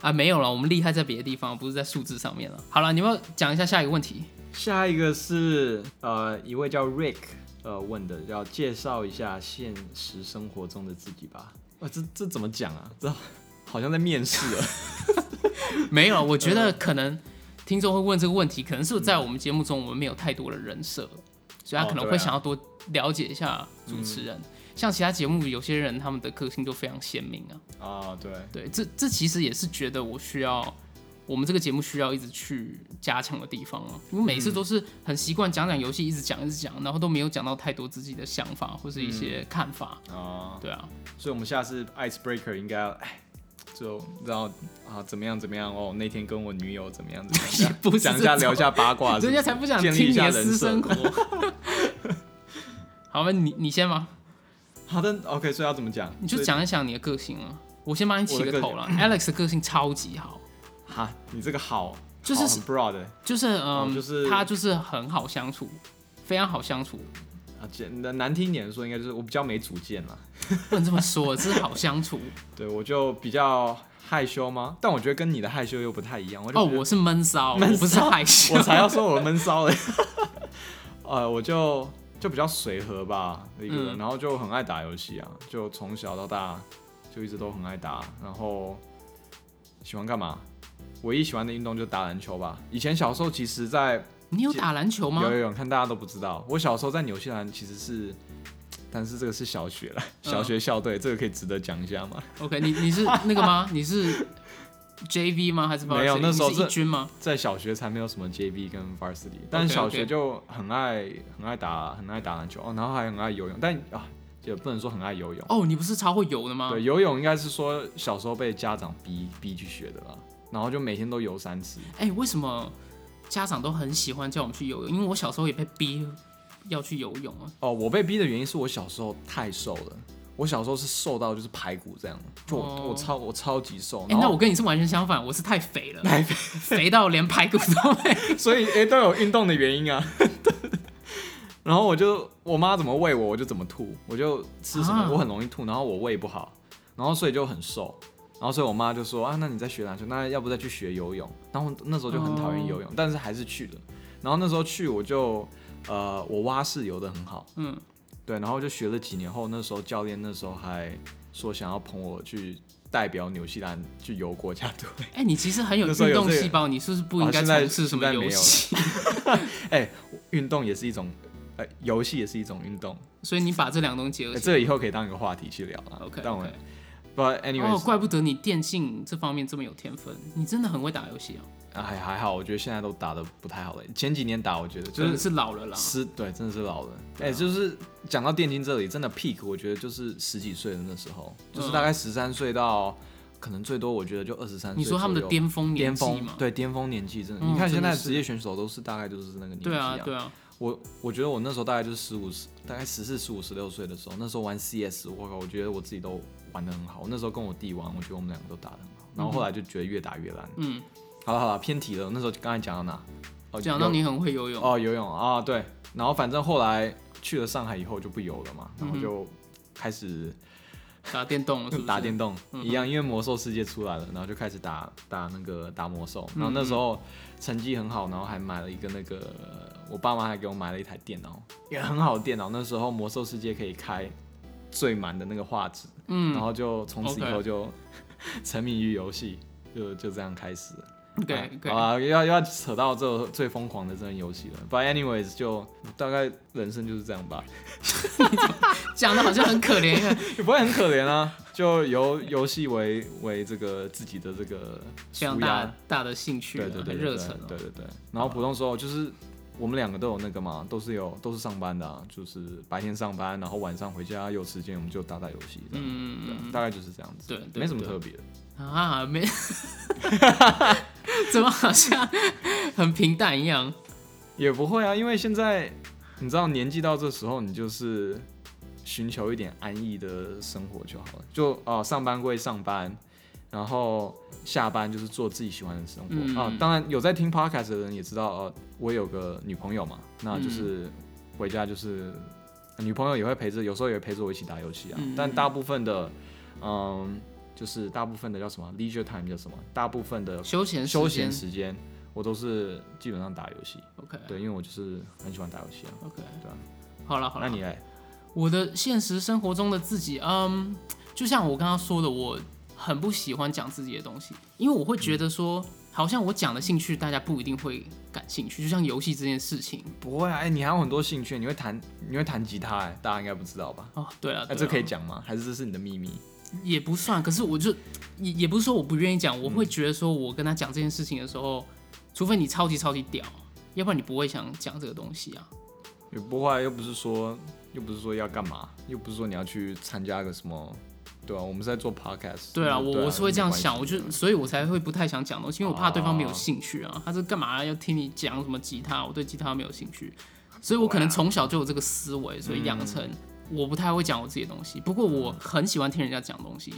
S1: 啊，没有了，我们厉害在别的地方，不是在数字上面了。好了，你要不要讲一下下一个问题？
S2: 下一个是呃一位叫 Rick 呃问的，要介绍一下现实生活中的自己吧。
S1: 哦
S2: 哇，这这怎么讲啊？这好像在面试 啊。
S1: 没有，我觉 得可能听众会问这个问题，可能是在我们节目中我们没有太多的人设，所以他可
S2: 哦
S1: 能
S2: 对啊嗯
S1: 会想要多了解一下主持人。像其他节目，有些人他们的个性都非常鲜明啊。
S2: 啊，对，
S1: 对，这这其实也是觉得我需要，我们这个节目需要一直去加强的地方啊。因为每
S2: 嗯
S1: 次都是很习惯讲讲游戏，一直讲一直讲，然后都没有讲到太多自己的想法或是一些
S2: 嗯
S1: 看法。
S2: 啊，
S1: 对啊，
S2: 所以我们下次 Icebreaker 应该要，哎，就然后啊怎么样怎么样哦，那天跟我女友怎么样怎么
S1: 也
S2: 样，
S1: 不是
S2: 讲一
S1: 这
S2: 下
S1: 种
S2: 聊一下八卦是不是，
S1: 人家才不想
S2: 建立
S1: 听
S2: 一
S1: 你
S2: 下
S1: 的
S2: 人
S1: 私
S2: 设
S1: 生活。好吧，你你先吧，
S2: 好的，OK，所以要怎么讲？
S1: 你就
S2: 所以
S1: 讲一讲你的个性啊。我先帮你起
S2: 我的
S1: 个
S2: 个
S1: 头了。Alex 的个性超级好，
S2: 哈，你这个好，
S1: 就是
S2: 好很 broad 欸
S1: 就是嗯，
S2: 就是
S1: 他就是很好相处，非常好相处。
S2: 啊，简难难听一点的说，应该就是我比较没主见啦。
S1: 不能这么说，这是好相处。
S2: 对， 我就比较害羞吗？但我觉得跟你的害羞又不太一样。我就
S1: 哦，
S2: 觉得
S1: 我是闷骚，我
S2: 闷骚
S1: 不是害羞。
S2: 我才要说我闷骚嘞。呃，我就就比较随和吧，一个
S1: 嗯
S2: 人，然后就很爱打游戏啊，就从小到大就一直都很爱打，然后喜欢干嘛？唯一喜欢的运动就打篮球吧。以前小时候其实在，
S1: 你有打篮球吗
S2: 有？有有，看大家都不知道，我小时候在纽西兰其实是，但是这个是小学了，
S1: 嗯
S2: 小学校队，这个可以值得讲一下吗？
S1: OK，你你是那个吗？你是 JV 吗？还是 varsity？
S2: 没有那时候
S1: 你是一
S2: 是
S1: 军吗？
S2: 在小学才没有什么 JV 跟 Varsity，但是小学就很爱很爱打很爱打篮球哦，然后还很爱游泳，但啊也不能说很爱游泳，
S1: 哦，你不是超会游的吗？
S2: 对，游泳应该是说小时候被家长逼逼去学的啦，然后就每天都游三次，
S1: 哎、为什么家长都很喜欢叫我们去游泳？因为我小时候也被逼要去游泳啊。
S2: 哦，我被逼的原因是我小时候太瘦了，我小时候是瘦到就是排骨这样，就我、
S1: 哦
S2: 我超我超级瘦，
S1: 哎、
S2: 然
S1: 那
S2: 后
S1: 我跟你是完全相反，我是太肥了，太肥，肥到连排骨都没。
S2: 所以哎、诶都有运动的原因啊。 然后我就我妈怎么喂我，我就怎么吐，我就吃什么，
S1: 啊
S2: 我很容易吐，然后我胃不好，然后所以就很瘦。然后所以我妈就说啊，那你再学篮球，那要不再去学游泳？然后那时候就很
S1: 哦
S2: 讨厌游泳，但是还是去了。然后那时候去我就呃，我蛙式游的很好，
S1: 嗯，
S2: 对，然后就学了几年后，那时候教练那时候还说想要捧我去代表纽西兰去游国家队。
S1: 哎、你其实很有
S2: 那时候
S1: 运
S2: 有
S1: 动
S2: 这个
S1: 细胞，你是不是不
S2: 哦
S1: 应该
S2: 现在
S1: 从事什么
S2: 现在没
S1: 游
S2: 有 哎
S1: 戏？
S2: 运动也是一种，呃，游戏也是一种运动。
S1: 所以你把这两个东西结合
S2: 欸
S1: 起
S2: 这个以后可以当一个话题去聊了。
S1: 来。OK，,
S2: 但
S1: o
S2: 我
S1: k
S2: but
S1: 哦，
S2: anyways，、
S1: 怪不得你电竞这方面这么有天分，你真的很会打游戏啊！
S2: 啊还还好，我觉得现在都打的不太好了。前几年打，我觉得
S1: 可
S2: 就
S1: 能
S2: 是
S1: 是老了啦。
S2: 十，对，真的是老了。哎、
S1: 对啊
S2: 就是讲到电竞这里，真的 peak，我觉得就是十几岁的那时
S1: 嗯
S2: 候，就是大概十三岁到、可能最多，我觉得就二十三岁左右。
S1: 你说他们的巅峰年
S2: 巅
S1: 纪
S2: 峰
S1: 吗？
S2: 对巅峰年纪真的，
S1: 嗯
S2: 你看现
S1: 真
S2: 在
S1: 的是
S2: 职业选手都是大概就是那个年纪
S1: 对啊，对啊，
S2: 我我觉得我那时候大概就是十五十，大概十四、十五、十六岁的时候，那时候玩 CS，我靠，我觉得我自己都玩的很好。我那时候跟我弟玩，我觉得我们两个都打的很好。然后后来就觉得越打越烂。
S1: 嗯，
S2: 好了好了，偏题了。那时候刚才讲到哪？哦
S1: 讲到你很会游
S2: 游
S1: 泳，
S2: 哦，游泳啊，对。然后反正后来去了上海以后就不游了嘛，
S1: 嗯
S2: 然后就开始
S1: 打电动 了是不是？
S2: 打电动
S1: 嗯
S2: 一样，因为魔兽世界出来了，然后就开始打打那个打魔
S1: 嗯
S2: 兽，然后那时候成绩很好，然后还买了一个那个，我爸妈还给我买了一台电脑，也很好的电脑，那时候魔兽世界可以开最满的那个画质，
S1: 嗯
S2: 然后就从此以
S1: OK
S2: 后就 沉迷于游戏，就就这样开始了。
S1: ，OK
S2: 好
S1: OK，
S2: 啊，要要扯到这最疯狂的这种游戏了。But anyways，就大概人生就是这样吧。
S1: 讲的好像很可 怜一样。
S2: 也不会很可怜啊，就由游戏为为这个自己的这个
S1: 非常
S2: 舒压
S1: 大大的兴趣啊，
S2: 对对对
S1: 很
S2: 对
S1: 热忱、哦。
S2: 对对对。然后普通时候就是我们两个都有那个嘛，都是有都是上班的、啊，就是白天上班，然后晚上回家有时间我们就打打游戏，这样、对啊
S1: 嗯，
S2: 大概就是这样子，
S1: 对对
S2: 没什么
S1: 对
S2: 特别的。
S1: 啊，没， 怎么好像 很平淡一样？
S2: 也不会啊，因为现在你知道年纪到这时候，你就是寻求一点安逸的生活就好了。就啊、呃上班归上班，然后下班就是做自己喜欢的生活、
S1: 嗯
S2: 啊。当然，有在听 podcast 的人也知道，呃，我有个女朋友嘛，那就是回家就是、女朋友也会陪着，有时候也会陪着我一起打游戏啊。
S1: 嗯
S2: 但大部分的，嗯，就是大部分的叫什么 leisure time 叫什么，大部分的
S1: 休闲时
S2: 休闲
S1: 间
S2: 时间，我都是基本上打游戏。
S1: ，OK
S2: 对，因为我就是很喜欢打游戏啊。
S1: OK，
S2: 对啊
S1: 好了好
S2: 那
S1: 了，
S2: 你哎，
S1: 我的现实生活中的自己，嗯，就像我刚刚说的，我很不喜欢讲自己的东西，因为我会觉
S2: 嗯
S1: 得说，好像我讲的兴趣大家不一定会感兴趣，就像游戏这件事情。
S2: 不会啊，哎、你还有很多兴趣，你会弹，你会弹吉他、哎，大家应该不知道吧？
S1: 哦，对了，
S2: 那、
S1: 对
S2: 这
S1: 了
S2: 可以讲吗？还是这是你的秘密？
S1: 也不算，可是我就也也不是说我不愿意
S2: 嗯
S1: 讲，我会觉得说我跟他讲这件事情的时候，除非你超级超级屌，要不然你不会想讲这个东西啊。
S2: 也不会啊，又不是说，又不是说要干嘛，又不是说你要去参加个什么，对啊，我们是在做 podcast 嗯
S1: 对啊，我我是会这样想，我就
S2: 没关系
S1: 所以，我才会不太想讲东西，因为我怕对方没有
S2: 哦
S1: 兴趣啊。他是干嘛要听你讲什么吉他？我对吉他没有兴趣，所
S2: 啊
S1: 以我可能从小就有这个思维，
S2: 嗯
S1: 所以养成我不太会讲我自己的东西。不过我很喜欢听人家讲东西，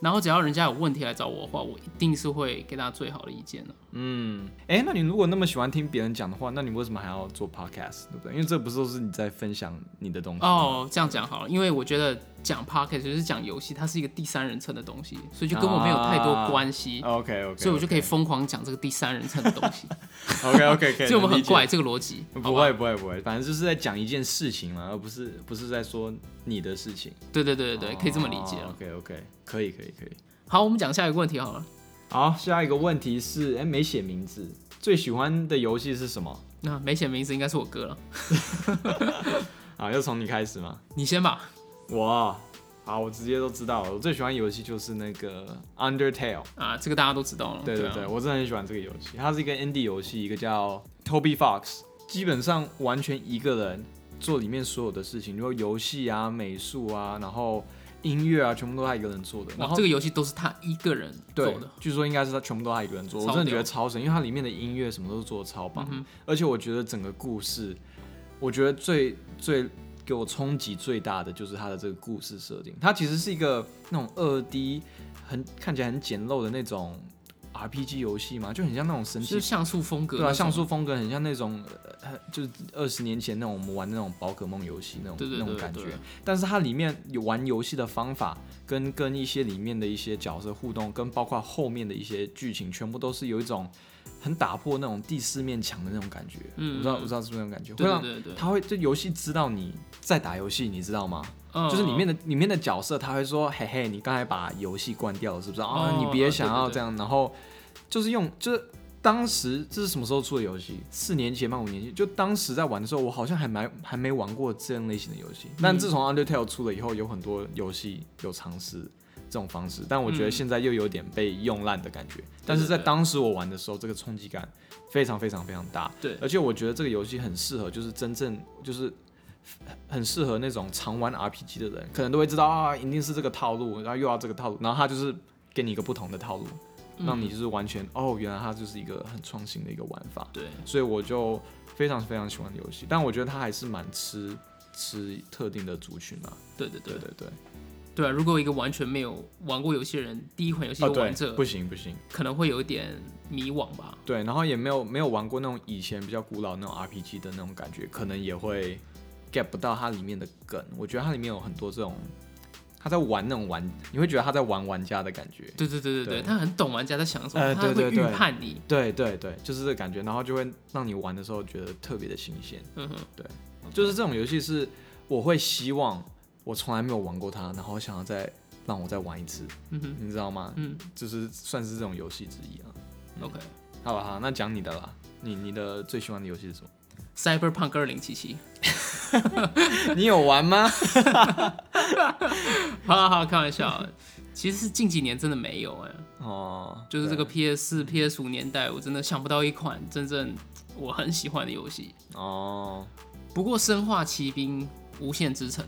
S1: 然后只要人家有问题来找我的话，我一定是会给他最好的意见的。
S2: 嗯，哎、那你如果那么喜欢听别人讲的话，那你为什么还要做 podcast，对不对？因为这不是都是你在分享你的东西吗，
S1: 哦，这样讲好了，因为我觉得讲 podcast 就是讲游戏，它是一个第三人称的东西，所以就跟我没有太多关系，
S2: ，OK OK，
S1: 所以我就可以疯狂讲这个第三人称的东西，
S2: OK OK，可以，
S1: 所以我们
S2: 能
S1: 很
S2: 理解
S1: 怪这个逻辑，好
S2: 不
S1: 吧
S2: 会不会不会，反正就是在讲一件事情嘛，而不是不是在说你的事情。
S1: 对对对
S2: 哦
S1: 对对，可以这么理解了。
S2: OK OK，可以可以可以。
S1: 好，我们讲下一个问题好了。
S2: 好，下一个问题是，哎、没写名字，最喜欢的游戏是什么？
S1: 那没写名字应该是我哥了，
S2: 啊，要从你开始吗？
S1: 你先吧。
S2: 我，好，我直接都知道了。我最喜欢游戏就是那个 Undertale。
S1: 啊，这个大家都知道了。
S2: 对对
S1: 啊
S2: 对，我真的很喜欢这个游戏。它是一个 indie 游戏，一个叫 Toby Fox，基本上完全一个人做里面所有的事情，比如说游戏啊、美术啊，然后音乐啊，全部都他一个人做的。然
S1: 哇，
S2: 后
S1: 这个游戏都是他一个人
S2: 对
S1: 做的。，
S2: 据说应该是他全部都他一个人做，我
S1: 超
S2: 真的觉
S1: 屌
S2: 得超神，因为它里面的音乐什么都做的超棒，
S1: 嗯
S2: 而且我觉得整个故事，我觉得最最给我冲击最大的就是它的这个故事设定，它其实是一个那种二 D 很看起来很简陋的那种 RPG 游戏嘛，就很像那种神
S1: 就
S2: 奇
S1: 是像素风格。
S2: 对啊，像。素风格很像那种，呃就是二十年前那种我们玩那种宝可梦游戏那种
S1: 对对
S2: 那种
S1: 对
S2: 感
S1: 对
S2: 觉。但是它里面有玩游戏的方法，跟跟一些里面的一些角色互动，跟包括后面的一些剧情，全部都是有一种很打破那种第四面墙的那种感觉。
S1: 嗯
S2: 我不知道，我不知道是不是那种感觉，
S1: 对
S2: 会
S1: 对对
S2: 让
S1: 对，
S2: 它会这游戏知道你在打游戏，你知道吗？
S1: 嗯
S2: 就是里面的里面的角色，他会说：“嘿嘿，你刚才把游戏关掉了，是不是？啊、
S1: 哦
S2: 你别想要
S1: 对对对
S2: 这样。然后就是用，就是当时这是什么时候出的游戏？四年前吧，五年前。就当时在玩的时候，我好像还蛮还没玩过这样类型的游戏。
S1: 嗯
S2: 但自从 Undertale 出了以后，有很多游戏有尝试这种方式，但我觉得
S1: 嗯
S2: 现在又有点被用烂的感觉。但
S1: 呃
S2: 是在当时我玩的时候，这个冲击感非常非常非常大。
S1: 对
S2: 而且我觉得这个游戏很适合，就是真正就是很适合那种常玩 RPG 的人，可能都会知道啊，一定是这个套路，然后又要这个套路，然后他就是给你一个不同的套路，让你就是完全、
S1: 嗯
S2: 哦，原来它就是一个很创新的一个玩法，
S1: 对
S2: 所以我就非常非常喜欢游戏，但我觉得它还是蛮吃吃特定的族群啊，
S1: 对对对
S2: 对对对，
S1: 对啊！如果一个完全没有玩过游戏的人，第一款游戏
S2: 啊
S1: 就玩
S2: 对，
S1: 这，
S2: 不行不行，
S1: 可能会有一点迷惘吧。
S2: 对，然后也没有没有玩过那种以前比较古老那种 RPG 的那种感觉，可能也会 get 不到它里面的梗。我觉得它里面有很多这种，他在玩那种玩，你会觉得他在玩玩家的感觉。
S1: 对对对对
S2: 对
S1: 对，他很懂玩家在想什
S2: 呃
S1: 么，他
S2: 对对
S1: 会预
S2: 对
S1: 判你。
S2: 对对对，就是这个感觉，然后就会让你玩的时候觉得特别的新鲜。
S1: 嗯哼，
S2: 就是这种游戏是我会希望我从来没有玩过它，然后想要再让我再玩一次，
S1: 嗯哼，
S2: 你知道吗？
S1: 嗯
S2: 就是算是这种游戏之一啊。
S1: ，OK。
S2: 好吧，好，那讲你的啦，你你的最喜欢的游戏是什 么？
S1: Cyberpunk 二零七七，
S2: 你有玩吗？
S1: 好好好，开玩笑。啊其实是近几年真的没有哎、
S2: 哦，
S1: 就是这个
S2: 对
S1: PS 4 PS 五年代，我真的想不到一款真正我很喜欢的游戏。
S2: 哦
S1: 不过《生化奇兵》《无限之城》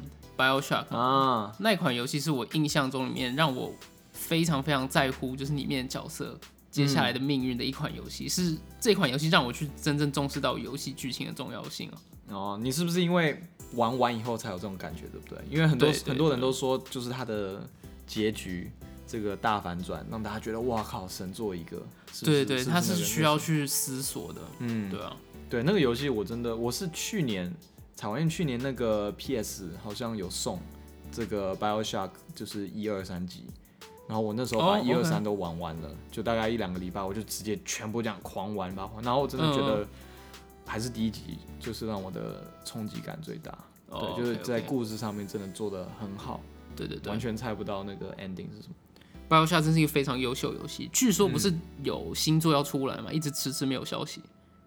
S1: BioShock
S2: 啊，
S1: 那款游戏是我印象中里面让我非常非常在乎，就是里面角色接下
S2: 嗯
S1: 来的命运的一款游戏，是这款游戏让我去真正重视到游戏剧情的重要性哦、
S2: 哦，你是不是因为玩完以后才有这种感觉，对不对？因为很多
S1: 对对
S2: 很多人都说，就是它的结局这个大反转，让大家觉得哇靠，神作一个。是不
S1: 对
S2: 是
S1: 对，
S2: 是不
S1: 它
S2: 是
S1: 是
S2: 那个
S1: 需要去思索的，
S2: 嗯，
S1: 对啊，
S2: 对，那个游戏我真的我是去年，草原去年那个 PS 好像有送这个 BioShock，就是一二三集，然后我那时候把
S1: 哦
S2: 一二
S1: OK
S2: 三都玩完了就大概一两个礼拜，我就直接全部这样狂玩吧，然后我真的觉
S1: 嗯
S2: 得还是第一集就是让我的冲击感最大，
S1: 哦
S2: 对，就是
S1: OK，OK
S2: 在故事上面真的做的很好，
S1: 对对对
S2: 完。全猜不到那个 ending 是什么。
S1: BioShock 真是一个非常优秀的游戏，据说不是
S2: 嗯
S1: 有新作要出来嘛，一直迟迟没有消息。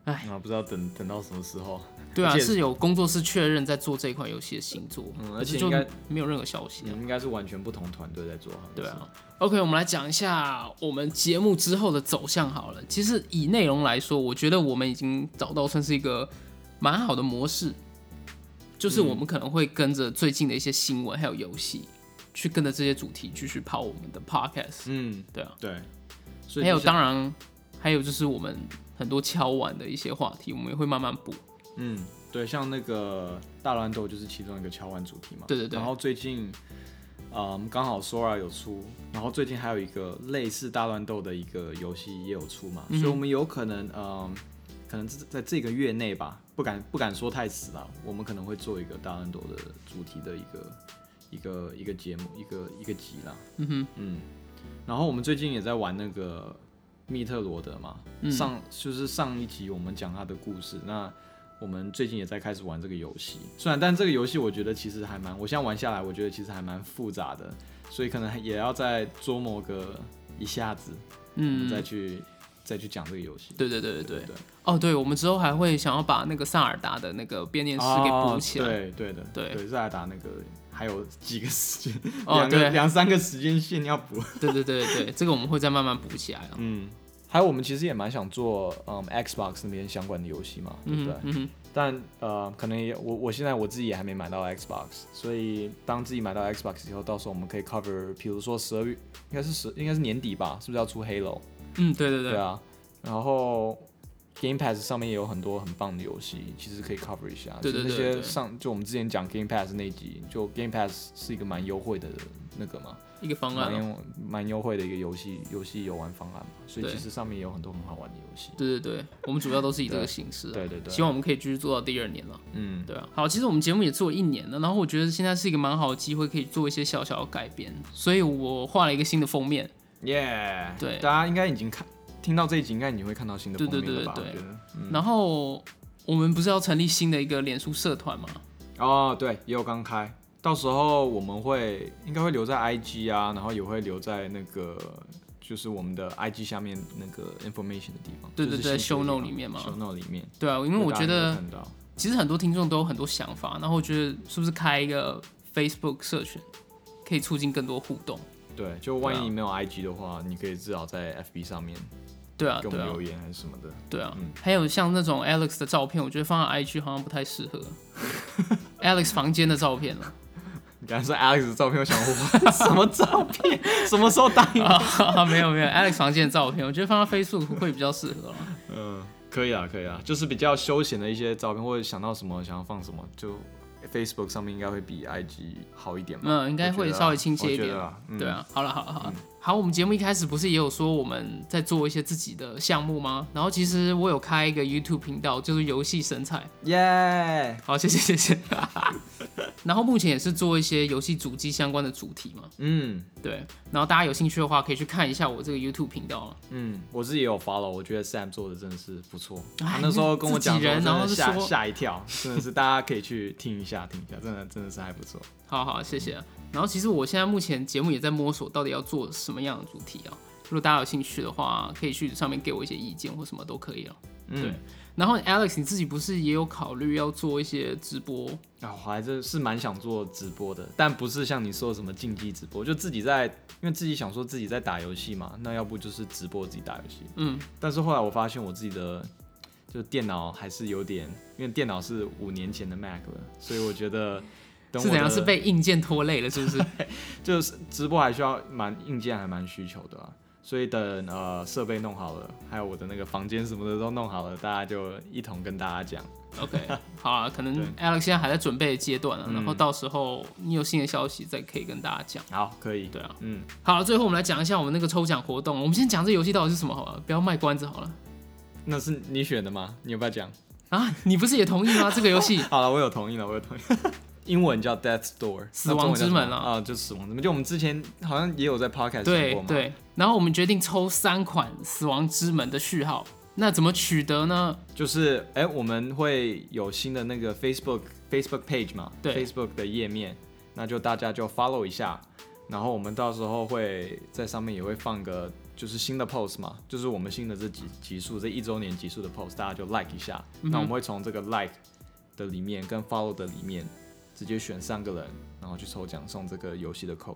S1: 哎
S2: 啊，不知道等等到什么时候。
S1: 对啊，
S2: 而且
S1: 是有工作室确认在做这款游戏的新作，
S2: 嗯
S1: 可是
S2: 而且
S1: 就
S2: 应该
S1: 没有任何消息、
S2: 你
S1: 啊。
S2: 们应该是完全不同团队在做，好像
S1: 对
S2: 是
S1: 啊。OK，我们来讲一下我们节目之后的走向好了。其实以内容来说，我觉得我们已经找到算是一个蛮好的模式，就是我们可能会跟着最近的一些新闻还有游戏，去跟着这些主题继续跑我们的 Podcast。
S2: 嗯，
S1: 对啊，
S2: 对。所以
S1: 还有
S2: 你想
S1: 当然还有就是我们很多敲碗的一些话题，我们也会慢慢补。
S2: 嗯，对，像那个大乱斗就是其中一个敲碗主题嘛。
S1: 对对对
S2: 然后最近，嗯，刚好 Sora 有出，然后最近还有一个类似大乱斗的一个游戏也有出嘛，所以我们有可能，嗯，可能在在这个月内吧，不敢不敢说太死了，我们可能会做一个大乱斗的主题的一个一个一个节目，一个一个集啦。嗯哼，嗯。然后我们最近也在玩那个密特罗德嘛，
S1: 嗯
S2: 上就是上一集我们讲他的故事，那我们最近也在开始玩这个游戏。虽然，但这个游戏我觉得其实还蛮，我现在玩下来，我觉得其实还蛮复杂的，所以可能也要再琢磨个一下子，我们
S1: 嗯，
S2: 再去再去讲这个游戏。
S1: 对对对对对。
S2: 对，
S1: 哦，对，我们之后还会想要把那个萨尔达的那个编年史给补起来。
S2: 哦对对的，
S1: 对
S2: 对，再来打那个还有几个时间，
S1: 哦
S2: 两个
S1: 对
S2: 两三个时间线要补。
S1: 对对对对对，这个我们会再慢慢补起来啊。
S2: 嗯，还有我们其实也蛮想做嗯 Xbox 那边相关的游戏嘛，对不对？
S1: 嗯哼，
S2: 但呃，可能也我我现在我自己也还没买到 Xbox，所以当自己买到 Xbox 以后，到时候我们可以 cover，比如说十二月，应该是十应该是年底吧，是不是要出 Halo？
S1: 嗯，对对对，
S2: 啊，然后 Game Pass 上面也有很多很棒的游戏，其实可以 cover 一下。
S1: 对
S2: 就
S1: 对对
S2: 那
S1: 对
S2: 些上就我们之前讲 Game Pass 那一集，就 Game Pass 是一个蛮优惠的那个嘛，
S1: 一个方案
S2: 蛮
S1: 啊。
S2: 优蛮优惠的一个游戏游戏游玩方案嘛，所以
S1: 对
S2: 其实上面也有很多很好玩的游戏。
S1: 对对对，我们主要都是以这个形式、啊。
S2: 对对对
S1: 希望我们可以继续做到第二年了。
S2: 嗯，
S1: 对啊，好，其实我们节目也做了一年了，然后我觉得现在是一个蛮好的机会，可以做一些小小的改变，所以我画了一个新的封面。
S2: 耶、
S1: 对
S2: 大家应该已经看听到这一集，应该已经会看到新的
S1: 对
S2: 封
S1: 对
S2: 面了吧？
S1: 对对
S2: 我觉得。嗯
S1: 然后我们不是要成立新的一个脸书社团吗？
S2: 哦，对，也有刚开，到时候我们会应该会留在 IG 啊，然后也会留在那个就是我们的 IG 下面那个 information 的地方，
S1: 对对对，show note
S2: 弄
S1: 里面嘛
S2: show note 里面，
S1: 对啊，因为我觉得
S2: 就大家应该看到
S1: 其实很多听众都有很多想法，然后我觉得是不是开一个 Facebook 社群，可以促进更多互动？
S2: 对，就万一
S1: 对啊
S2: 你没有 IG 的话，你可以至少在 FB 上面
S1: 对啊，
S2: 给我
S1: 对
S2: 们
S1: 啊，
S2: 留言还是什么的，
S1: 对啊。还有像那种 Alex 的照片，我觉得放在 IG 好像不太适合。Alex 房间的照片啊了，
S2: 你刚才说 Alex 的照片，我想 我什么照片？什么时候答应？
S1: 啊，没有没有，Alex 房间的照片，我觉得放在 Facebook 会比较适合啊啦
S2: 嗯，可以啊，可以啊，就是比较休闲的一些照片，或者想到什么想要放什么，就 Facebook 上面应该会比 IG 好一点嘛。
S1: 嗯，应该会稍微亲切一点。对
S2: 对啊，
S1: 啊，好了好了好了，好，我们节目一开始不是也有说我们在做一些自己的项目吗？然后其实我有开一个 YouTube 频道，就是游戏神采。
S2: 耶，
S1: 好，谢谢谢谢。然后目前也是做一些游戏主机相关的主题嘛，
S2: 嗯
S1: 对。然后大家有兴趣的话，可以去看一下我这个 YouTube 频道啊了。
S2: 嗯，我自己也有 follow，我觉得 Sam 做的真的是不错。
S1: 哎
S2: 他那时候跟我讲
S1: 自己
S2: 的时候，
S1: 人
S2: 真
S1: 然后
S2: 的
S1: 就
S2: 吓
S1: 说
S2: 吓一跳，真的是大家可以去听一下，听一下，真的真的是还不错。
S1: 好好，谢谢。然后其实我现在目前节目也在摸索到底要做什么样的主题啊。如果大家有兴趣的话，可以去上面给我一些意见或什么都可以了。啊对
S2: 嗯，
S1: 然后 Alex，你自己不是也有考虑要做一些直播？
S2: 啊，我还真是蛮想做直播的，但不是像你说的什么竞技直播，就自己在，因为自己想说自己在打游戏嘛，那要不就是直播自己打游戏。
S1: 嗯，
S2: 但是后来我发现我自己的就电脑还是有点，因为电脑是五年前的 Mac 了，所以我觉 得等
S1: 是怎
S2: 我
S1: 样？
S2: 的
S1: 是被硬件拖累了，是不 是？
S2: 就是直播还需要蛮硬件还蛮需求的啊、所以等呃设备弄好了，还有我的那个房间什么的都弄好了，大家就一同跟大家讲。
S1: OK，好啊，可能
S2: 对
S1: Alex 现在还在准备的阶段啊，
S2: 嗯
S1: 然后到时候你有新的消息再可以跟大家讲。
S2: 好，可以，
S1: 对啊，
S2: 嗯，
S1: 好了，最后我们来讲一下我们那个抽奖活动。我们先讲这游戏到底是什么好了，不要卖关子好了。
S2: 那是你选的吗？你要不要讲？
S1: 啊，你不是也同意吗？这个游戏
S2: 好了，我有同意了，我有同意。 英文叫 Death's Door，
S1: 死亡之门啊
S2: 那中文叫什么啊、就死亡之门，就我们之前好像也有在 Podcast 讲
S1: 对
S2: 过嘛。
S1: 对，然后我们决定抽三款《死亡之门》的序号。那怎么取得呢？
S2: 就是哎、我们会有新的那个 Facebook Facebook page 嘛，
S1: 对
S2: Facebook 的页面，那就大家就 follow 一下，然后我们到时候会在上面也会放个就是新的 post 嘛，就是我们新的这几集数这一周年集数的 post，大家就 like 一下，
S1: 嗯
S2: 那我们会从这个 like 的里面跟 follow 的里面直接选三个人，然后去抽奖送这个游戏的 code。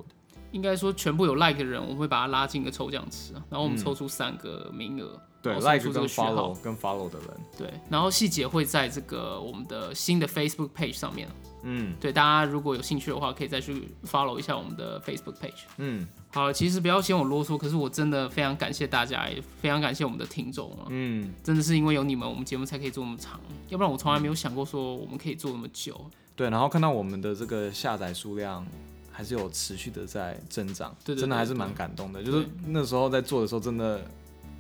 S1: 应该说全部有 like 的人，我们会把他拉进一个抽奖池，啊然后我们抽出三个名额，
S2: 对
S1: 然哦后送
S2: ，like
S1: 出这
S2: 跟
S1: 个序号
S2: follow。跟 follow 的人，
S1: 对，然后细节会在这个我们的新的 Facebook page 上面。
S2: 嗯
S1: 对，大家如果有兴趣的话，可以再去 follow 一下我们的 Facebook page。
S2: 嗯
S1: 好了，其实不要嫌我啰嗦，可是我真的非常感谢大家，也非常感谢我们的听众啊。
S2: 嗯，
S1: 真的是因为有你们，我们节目才可以做那么长，要不然我从来没有想过说我们可以做那么久。啊
S2: 对，然后看到我们的这个下载数量还是有持续的在增长，
S1: 对对
S2: 真的还
S1: 对
S2: 是蛮感动的。就是那时候在做的时候，真的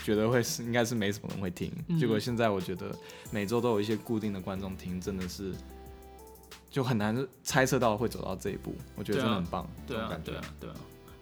S2: 觉得会是应该是没什么人会听，
S1: 嗯
S2: 结果现在我觉得每周都有一些固定的观众听，真的是就很难猜测到会走到这一步，我觉得
S1: 对啊
S2: 真的很棒，这
S1: 对
S2: 种
S1: 啊
S2: 感，觉
S1: 对啊，对啊。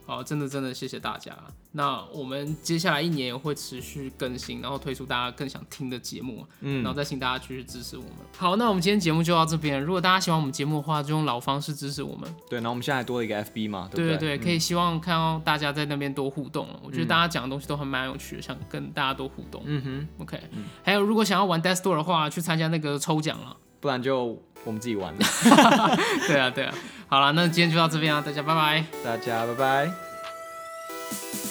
S1: 好，真的真的谢谢大家。那我们接下来一年也会持续更新，然后推出大家更想听的节目，然后
S2: 嗯，
S1: 再请大家继续支持我们。好，那我们今天节目就到这边。如果大家喜欢我们节目的话，就用老方式支持我们。
S2: 对，然后我们现在还多了一个 FB 嘛，
S1: 对
S2: 不
S1: 对
S2: 对？
S1: 对，可以希望看到大家在那边多互动哦。我觉得
S2: 嗯
S1: 大家讲的东西都还蛮有趣的，想跟大家多互动。
S2: 嗯哼，
S1: OK，还有如果想要玩 Death Door 的话，去参加那个抽奖了。
S2: 不然就我们自己玩了，
S1: 对啊，对啊。好了，那今天就到这边啊，大家拜拜。
S2: 大家拜拜。